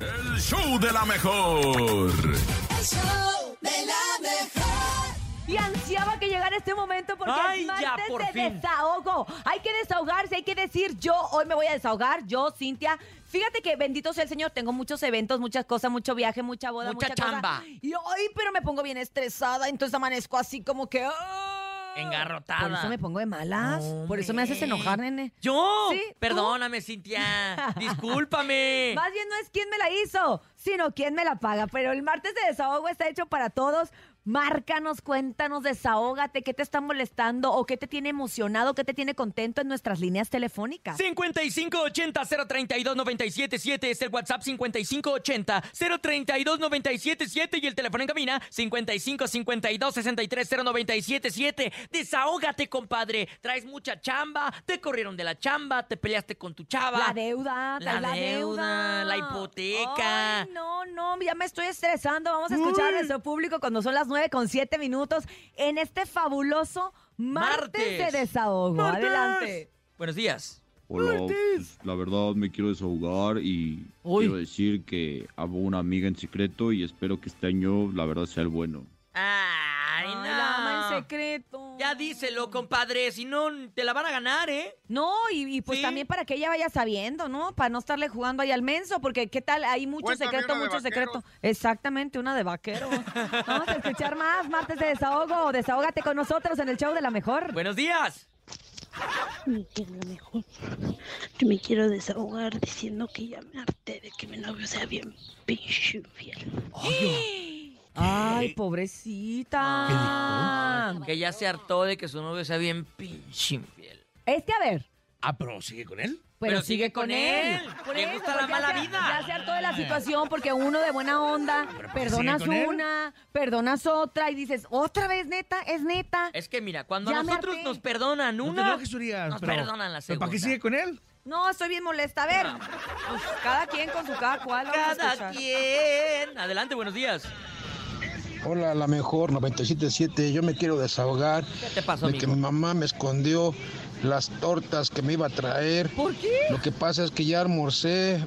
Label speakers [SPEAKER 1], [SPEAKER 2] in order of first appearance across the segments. [SPEAKER 1] el show de la mejor.
[SPEAKER 2] El show de la mejor.
[SPEAKER 3] Y ansiaba que llegara este momento porque
[SPEAKER 4] Ay,
[SPEAKER 3] es
[SPEAKER 4] ya,
[SPEAKER 3] martes
[SPEAKER 4] por
[SPEAKER 3] de
[SPEAKER 4] fin.
[SPEAKER 3] desahogo. Hay que desahogarse, hay que decir yo hoy me voy a desahogar, yo Cintia. Fíjate que bendito sea el Señor, tengo muchos eventos, muchas cosas, mucho viaje, mucha boda,
[SPEAKER 4] Mucha
[SPEAKER 3] mucha, cosa.
[SPEAKER 4] chamba.
[SPEAKER 3] Y hoy pero me pongo bien estresada, entonces amanezco así como que ¡ah!
[SPEAKER 4] Engarrotada.
[SPEAKER 3] Por eso me pongo de malas,
[SPEAKER 4] No,
[SPEAKER 3] por eso me haces
[SPEAKER 4] hombre.
[SPEAKER 3] enojar, nene.
[SPEAKER 4] Yo,
[SPEAKER 3] Sí, ¿tú?
[SPEAKER 4] perdóname, Cintia. Discúlpame.
[SPEAKER 3] Más bien no es quién me la hizo, sino quién me la paga. Pero el martes de desahogo está hecho para todos. Márcanos, cuéntanos, desahógate, qué te está molestando o qué te tiene emocionado, qué te tiene contento en nuestras líneas telefónicas.
[SPEAKER 4] 5580-032-977 es el WhatsApp 5580-032-977 y el teléfono en cabina 5552-630977. Desahógate, compadre. Traes mucha chamba, te corrieron de la chamba, te peleaste con tu chava.
[SPEAKER 3] La deuda, trae
[SPEAKER 4] La
[SPEAKER 3] la
[SPEAKER 4] deuda,
[SPEAKER 3] deuda,
[SPEAKER 4] la hipoteca.
[SPEAKER 3] Ay, no, no, ya me estoy estresando. Vamos a escuchar a nuestro público cuando son las 9 con 7 minutos en este fabuloso martes,
[SPEAKER 4] Martes.
[SPEAKER 3] de desahogo.
[SPEAKER 4] ¡Martes!
[SPEAKER 3] Adelante.
[SPEAKER 4] Buenos días.
[SPEAKER 5] Hola, pues, la verdad me quiero desahogar y
[SPEAKER 4] Uy.
[SPEAKER 5] quiero decir que amo a una amiga en secreto y espero que este año la verdad sea el bueno.
[SPEAKER 4] Ay, no.
[SPEAKER 3] la ama en secreto.
[SPEAKER 4] Ya díselo, compadre. Si no, te la van a ganar, ¿eh?
[SPEAKER 3] No, y, y pues
[SPEAKER 4] Sí.
[SPEAKER 3] también para que ella vaya sabiendo, ¿no? Para no estarle jugando ahí al menso, porque qué tal, hay mucho
[SPEAKER 6] Cuéntame
[SPEAKER 3] secreto,
[SPEAKER 6] una de
[SPEAKER 3] mucho
[SPEAKER 6] vaqueros.
[SPEAKER 3] secreto. Exactamente, una de pues vaquero. Vamos a escuchar más, martes de desahogo. Desahógate con nosotros en el show de la mejor.
[SPEAKER 4] Buenos días.
[SPEAKER 7] Me quiero lo mejor. Yo me quiero desahogar diciendo que ya me harté de que mi novio sea bien pinche infiel.
[SPEAKER 3] Ay,
[SPEAKER 4] Ah.
[SPEAKER 3] pobrecita.
[SPEAKER 4] Que ya se hartó de que su novio sea bien pinche infiel.
[SPEAKER 3] Es que Este, a ver.
[SPEAKER 8] Ah, pero sigue con él.
[SPEAKER 3] Pero,
[SPEAKER 4] Pero
[SPEAKER 3] sigue, con él. Por
[SPEAKER 4] Le
[SPEAKER 3] eso,
[SPEAKER 4] gusta
[SPEAKER 3] pues
[SPEAKER 4] la
[SPEAKER 3] ya
[SPEAKER 4] mala
[SPEAKER 3] se-
[SPEAKER 4] vida.
[SPEAKER 3] Ya se hartó de la situación porque uno de buena onda,
[SPEAKER 8] Pero, pues,
[SPEAKER 3] perdonas
[SPEAKER 8] sigue con él.
[SPEAKER 3] una, perdonas otra y dices, otra vez neta, es neta.
[SPEAKER 4] Es que mira, cuando
[SPEAKER 3] Ya
[SPEAKER 4] a
[SPEAKER 3] me
[SPEAKER 4] nosotros
[SPEAKER 3] harté.
[SPEAKER 4] nos perdonan
[SPEAKER 8] No te
[SPEAKER 4] una,
[SPEAKER 8] enojes, Urias.
[SPEAKER 4] nos
[SPEAKER 8] pero-
[SPEAKER 4] perdonan la
[SPEAKER 8] pero ¿Para qué
[SPEAKER 4] segunda.
[SPEAKER 8] sigue con él?
[SPEAKER 3] No, estoy bien molesta. A ver, pues, cada quien con su cada cual. vamos a
[SPEAKER 4] Ah. cada
[SPEAKER 3] escuchar.
[SPEAKER 4] quien. Adelante, buenos días.
[SPEAKER 9] Hola, la mejor 977. Yo me quiero desahogar
[SPEAKER 4] ¿Qué te pasó,
[SPEAKER 9] de que mi
[SPEAKER 4] amigo?
[SPEAKER 9] mamá me escondió las tortas que me iba a traer.
[SPEAKER 3] ¿Por qué?
[SPEAKER 9] Lo que pasa es que ya almorcé,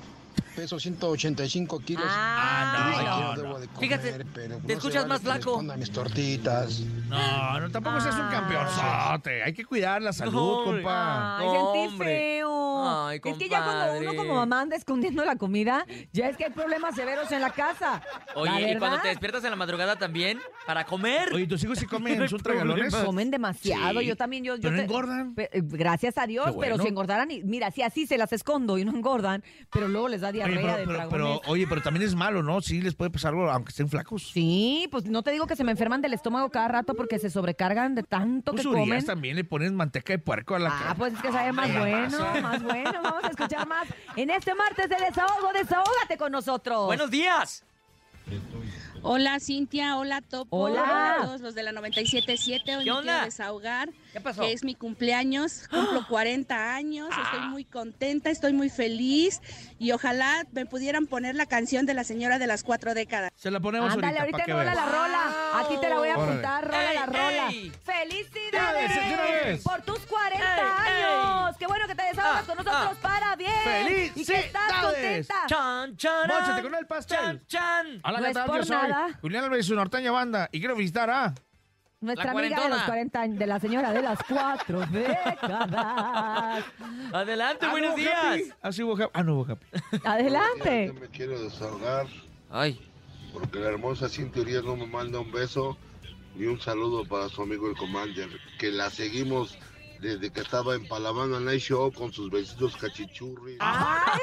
[SPEAKER 9] peso 185 kilos.
[SPEAKER 3] Ah,
[SPEAKER 9] Ay,
[SPEAKER 8] no,
[SPEAKER 9] yo
[SPEAKER 8] no.
[SPEAKER 9] debo de comer,
[SPEAKER 4] Fíjate,
[SPEAKER 9] pero
[SPEAKER 4] te
[SPEAKER 9] no se
[SPEAKER 4] escuchas
[SPEAKER 9] vale
[SPEAKER 4] más
[SPEAKER 9] que me
[SPEAKER 4] flaco.
[SPEAKER 9] escondan mis tortitas.
[SPEAKER 8] No, no, tampoco seas un
[SPEAKER 3] Ah.
[SPEAKER 8] campeonzote. Hay que cuidar la salud,
[SPEAKER 4] hombre.
[SPEAKER 8] compa.
[SPEAKER 3] Ay,
[SPEAKER 4] No,
[SPEAKER 3] sentí
[SPEAKER 4] hombre.
[SPEAKER 3] feo.
[SPEAKER 4] Ay,
[SPEAKER 3] es que ya cuando uno
[SPEAKER 4] compadre.
[SPEAKER 3] como mamá anda escondiendo la comida, ya es que hay problemas severos en la casa. La
[SPEAKER 4] Oye, y
[SPEAKER 3] verdad,
[SPEAKER 4] cuando te despiertas en la madrugada también, para comer.
[SPEAKER 8] Oye, ¿tus hijos sí
[SPEAKER 4] No hay
[SPEAKER 8] comen? ¿Son tragalones?
[SPEAKER 4] problema.
[SPEAKER 3] comen demasiado.
[SPEAKER 8] Sí.
[SPEAKER 3] Yo también, yo, yo
[SPEAKER 8] Pero no
[SPEAKER 3] te-
[SPEAKER 8] engordan.
[SPEAKER 3] Pe- eh, Gracias a Dios,
[SPEAKER 8] Qué bueno.
[SPEAKER 3] pero si engordaran, y, mira, si así se las escondo y no engordan, pero luego les da
[SPEAKER 8] Oye,
[SPEAKER 3] diarrea
[SPEAKER 8] pero,
[SPEAKER 3] de
[SPEAKER 8] pero-
[SPEAKER 3] dragones.
[SPEAKER 8] pero- oye, pero también es malo, ¿no? Sí, les puede pasar algo, aunque estén flacos.
[SPEAKER 3] Sí, pues no te digo que se me enferman del estómago cada rato porque se sobrecargan de tanto que
[SPEAKER 8] Tus
[SPEAKER 3] comen.
[SPEAKER 8] Urias también le pones manteca de puerco a la
[SPEAKER 3] Ah,
[SPEAKER 8] cara.
[SPEAKER 3] pues es que sabe más
[SPEAKER 8] Hombre,
[SPEAKER 3] bueno, más bueno. Vamos a escuchar más en este martes de desahogo. Desahógate con nosotros.
[SPEAKER 4] Buenos días.
[SPEAKER 10] Hola Cintia, hola Topo,
[SPEAKER 3] Hola.
[SPEAKER 10] a todos los de la 977, hoy
[SPEAKER 4] ¿Qué
[SPEAKER 10] me
[SPEAKER 4] onda?
[SPEAKER 10] quiero desahogar,
[SPEAKER 4] ¿Qué pasó? Ah.
[SPEAKER 10] que es mi cumpleaños, cumplo 40 años, estoy muy contenta, estoy muy feliz y ojalá me pudieran poner la canción de la señora de las cuatro décadas.
[SPEAKER 8] Se la ponemos
[SPEAKER 3] Ándale,
[SPEAKER 8] ahorita,
[SPEAKER 3] ahorita
[SPEAKER 8] para
[SPEAKER 3] en
[SPEAKER 8] que
[SPEAKER 3] rola
[SPEAKER 8] veas.
[SPEAKER 3] la rola. Aquí te la voy a
[SPEAKER 8] Órale.
[SPEAKER 3] apuntar, rola la
[SPEAKER 4] Ey,
[SPEAKER 3] rola.
[SPEAKER 4] ey.
[SPEAKER 3] ¡Felicidades!
[SPEAKER 8] De una vez, de una vez.
[SPEAKER 3] Por tus 40
[SPEAKER 4] Ey, ey.
[SPEAKER 3] años. Qué bueno que te desahogas
[SPEAKER 4] Ah,
[SPEAKER 3] con nosotros
[SPEAKER 4] ah.
[SPEAKER 3] para bien. Y que estás
[SPEAKER 8] ¡Felicidades!
[SPEAKER 3] contenta.
[SPEAKER 4] Chan, chan.
[SPEAKER 8] Móchate con el pastel.
[SPEAKER 4] Chan, chan.
[SPEAKER 8] Hola,
[SPEAKER 3] No
[SPEAKER 8] ¿qué
[SPEAKER 3] es
[SPEAKER 8] tal?
[SPEAKER 3] por
[SPEAKER 8] Ah, Yo soy
[SPEAKER 3] nada.
[SPEAKER 8] Julián Álvarez, su norteña banda. Y quiero visitar a...
[SPEAKER 3] Nuestra
[SPEAKER 4] La
[SPEAKER 3] amiga de los
[SPEAKER 4] cuarentona.
[SPEAKER 3] 40 años, de la señora de las cuatro décadas.
[SPEAKER 4] Adelante,
[SPEAKER 8] Ah,
[SPEAKER 4] buenos
[SPEAKER 8] no,
[SPEAKER 4] días.
[SPEAKER 8] Happy. Ah, sí, hubo Happy. Ah, no, hubo Happy.
[SPEAKER 3] Adelante.
[SPEAKER 9] me quiero desahogar
[SPEAKER 4] Ay,
[SPEAKER 9] porque la hermosa Cintia no me manda un beso ni un saludo para su amigo el Commander, que la seguimos desde que estaba en Palabana Night Show con sus besitos cachichurris.
[SPEAKER 3] Ay,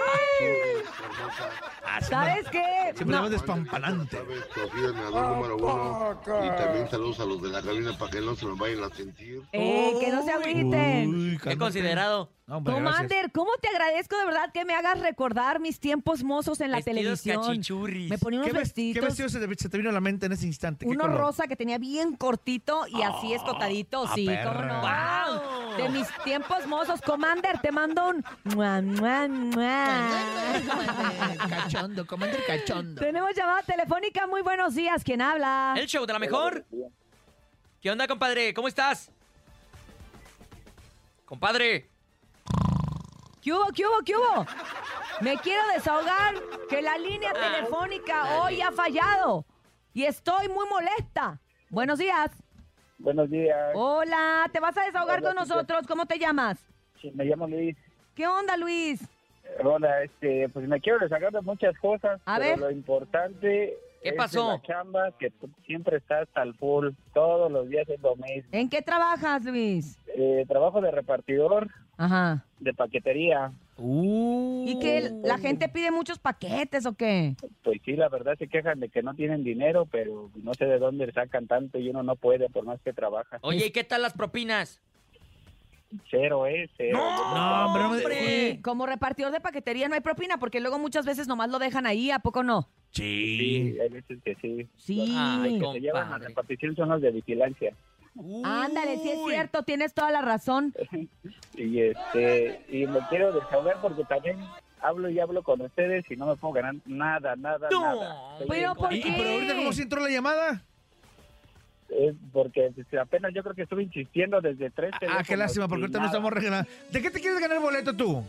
[SPEAKER 8] Ah, sí,
[SPEAKER 3] ¿Sabes qué?
[SPEAKER 8] Se ponemos despampanante.
[SPEAKER 9] número uno. Y también saludos a los de la cabina para que no se nos vayan a sentir.
[SPEAKER 3] Ey, eh, que no se agüiten.
[SPEAKER 8] Uy,
[SPEAKER 4] qué
[SPEAKER 8] cálmate.
[SPEAKER 4] considerado.
[SPEAKER 8] No, hombre, gracias.
[SPEAKER 3] Commander, ¿cómo te agradezco de verdad que me hagas recordar mis tiempos mozos en la
[SPEAKER 4] Vestidos
[SPEAKER 3] televisión?
[SPEAKER 4] cachichurris.
[SPEAKER 3] Me ponía unos
[SPEAKER 8] ¿Qué, ves- qué
[SPEAKER 3] vestidos,
[SPEAKER 8] vestido se te, se te vino a la mente en ese instante? ¿Qué
[SPEAKER 3] uno
[SPEAKER 8] color?
[SPEAKER 3] rosa que tenía bien cortito y así escotadito,
[SPEAKER 8] ah,
[SPEAKER 3] sí, cómo no.
[SPEAKER 8] perra.
[SPEAKER 4] Guau.
[SPEAKER 3] De mis tiempos mozos, Commander, te mando un mua, mua, mua.
[SPEAKER 8] Cachondo, Commander cachondo.
[SPEAKER 3] Tenemos llamada telefónica, muy buenos días, ¿quién habla?
[SPEAKER 4] El show de la mejor. ¿Qué onda, compadre? ¿Cómo estás? Compadre.
[SPEAKER 3] ¿Qué hubo, qué hubo, qué hubo? Me quiero desahogar que la línea
[SPEAKER 8] Ah.
[SPEAKER 3] telefónica hoy ha fallado y estoy muy molesta. Buenos días.
[SPEAKER 6] Buenos días.
[SPEAKER 3] Oh. Hola, te vas a desahogar
[SPEAKER 6] Hola,
[SPEAKER 3] con
[SPEAKER 6] Cintia.
[SPEAKER 3] nosotros. ¿Cómo te llamas?
[SPEAKER 6] Sí, Me llamo Luis.
[SPEAKER 3] ¿Qué onda, Luis?
[SPEAKER 6] Hola, este, pues me quiero desahogar de muchas cosas.
[SPEAKER 3] A
[SPEAKER 6] pero
[SPEAKER 3] ver.
[SPEAKER 6] Lo importante.
[SPEAKER 4] ¿Qué
[SPEAKER 6] es de
[SPEAKER 4] pasó?
[SPEAKER 6] la chamba que tú siempre estás al full. Todos los días es lo mismo.
[SPEAKER 3] ¿En qué trabajas, Luis?
[SPEAKER 6] Eh, trabajo de repartidor
[SPEAKER 3] Ajá.
[SPEAKER 6] de paquetería.
[SPEAKER 3] ¿Y que
[SPEAKER 4] Uh.
[SPEAKER 3] la gente pide muchos paquetes o qué?
[SPEAKER 6] Pues sí, la verdad se quejan de que no tienen dinero, pero no sé de dónde sacan tanto y uno no puede por más que trabaja.
[SPEAKER 4] Oye, ¿y qué tal las propinas?
[SPEAKER 6] Cero es cero.
[SPEAKER 8] No, hombre, no me-
[SPEAKER 3] Sí, como repartidor de paquetería no hay propina porque luego muchas veces nomás lo dejan ahí, ¿a poco no?
[SPEAKER 8] Sí.
[SPEAKER 6] Sí, hay veces que sí.
[SPEAKER 3] Sí.
[SPEAKER 4] Ay,
[SPEAKER 6] Se llevan a
[SPEAKER 4] compadre.
[SPEAKER 6] repartición son los de vigilancia.
[SPEAKER 3] Ándale, sí es
[SPEAKER 4] Uy.
[SPEAKER 3] cierto, tienes toda la razón.
[SPEAKER 6] Y este y me quiero desahogar porque también hablo y hablo con ustedes y no me puedo ganar nada, nada,
[SPEAKER 4] No,
[SPEAKER 6] nada. Estoy
[SPEAKER 3] pero
[SPEAKER 6] bien
[SPEAKER 3] ¿por
[SPEAKER 8] ¿Y,
[SPEAKER 3] qué?
[SPEAKER 6] con-
[SPEAKER 8] pero ahorita cómo se entró la llamada?
[SPEAKER 6] Es porque este, apenas yo creo que estuve insistiendo desde tres
[SPEAKER 8] Ah, qué
[SPEAKER 6] teléfonos
[SPEAKER 8] lástima, porque
[SPEAKER 6] y
[SPEAKER 8] ahorita no
[SPEAKER 6] nada.
[SPEAKER 8] estamos regalando. ¿De qué te quieres ganar el boleto tú?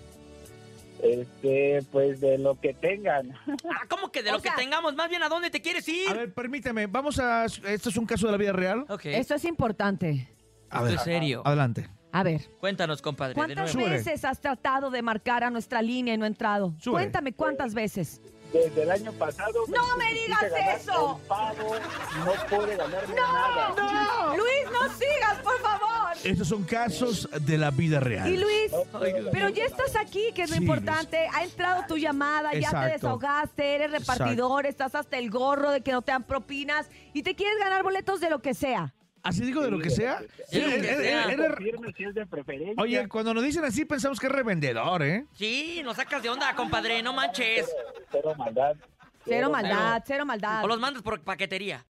[SPEAKER 6] Este, pues de lo que tengan.
[SPEAKER 4] Ah, ¿cómo que de lo
[SPEAKER 3] O sea-
[SPEAKER 4] que tengamos? Más bien, ¿a dónde te quieres ir?
[SPEAKER 8] A ver, permíteme, vamos a... Esto es un caso de la vida real.
[SPEAKER 4] ok.
[SPEAKER 3] Esto es importante.
[SPEAKER 8] A
[SPEAKER 4] Esto
[SPEAKER 8] ver,
[SPEAKER 4] es serio.
[SPEAKER 8] adelante.
[SPEAKER 3] A ver,
[SPEAKER 4] Cuéntanos, compadre, de
[SPEAKER 3] ¿cuántas
[SPEAKER 4] nuevo.
[SPEAKER 8] Sube.
[SPEAKER 3] veces has tratado de marcar a nuestra línea y no ha entrado?
[SPEAKER 8] Sube.
[SPEAKER 3] Cuéntame cuántas veces.
[SPEAKER 6] Desde el año pasado.
[SPEAKER 3] ¡No me
[SPEAKER 6] quise
[SPEAKER 3] digas
[SPEAKER 6] ganar
[SPEAKER 3] eso!
[SPEAKER 6] el pago, no pude ganarme nada.
[SPEAKER 3] Luis, no sigas, por favor.
[SPEAKER 8] Estos son casos de la vida real.
[SPEAKER 3] Y Luis,
[SPEAKER 6] No pude ganarme
[SPEAKER 3] pero ya
[SPEAKER 6] nada.
[SPEAKER 3] estás aquí, que es lo
[SPEAKER 8] Sí,
[SPEAKER 3] importante. Ha entrado tu llamada, ya
[SPEAKER 8] Exacto.
[SPEAKER 3] te desahogaste, eres repartidor, estás hasta el gorro de que no te dan propinas y te quieres ganar boletos de lo que sea.
[SPEAKER 8] ¿Así digo de lo que sea?
[SPEAKER 4] Sí, lo que
[SPEAKER 8] Eres-
[SPEAKER 4] sea.
[SPEAKER 8] eres-
[SPEAKER 6] Confirme si es de preferencia.
[SPEAKER 8] Oye, cuando nos dicen así pensamos que es revendedor, ¿eh?
[SPEAKER 4] Sí, nos sacas de onda, compadre, no manches.
[SPEAKER 6] cero maldad.
[SPEAKER 3] Cero maldad,
[SPEAKER 4] claro.
[SPEAKER 3] cero maldad.
[SPEAKER 4] O los mandas por paquetería.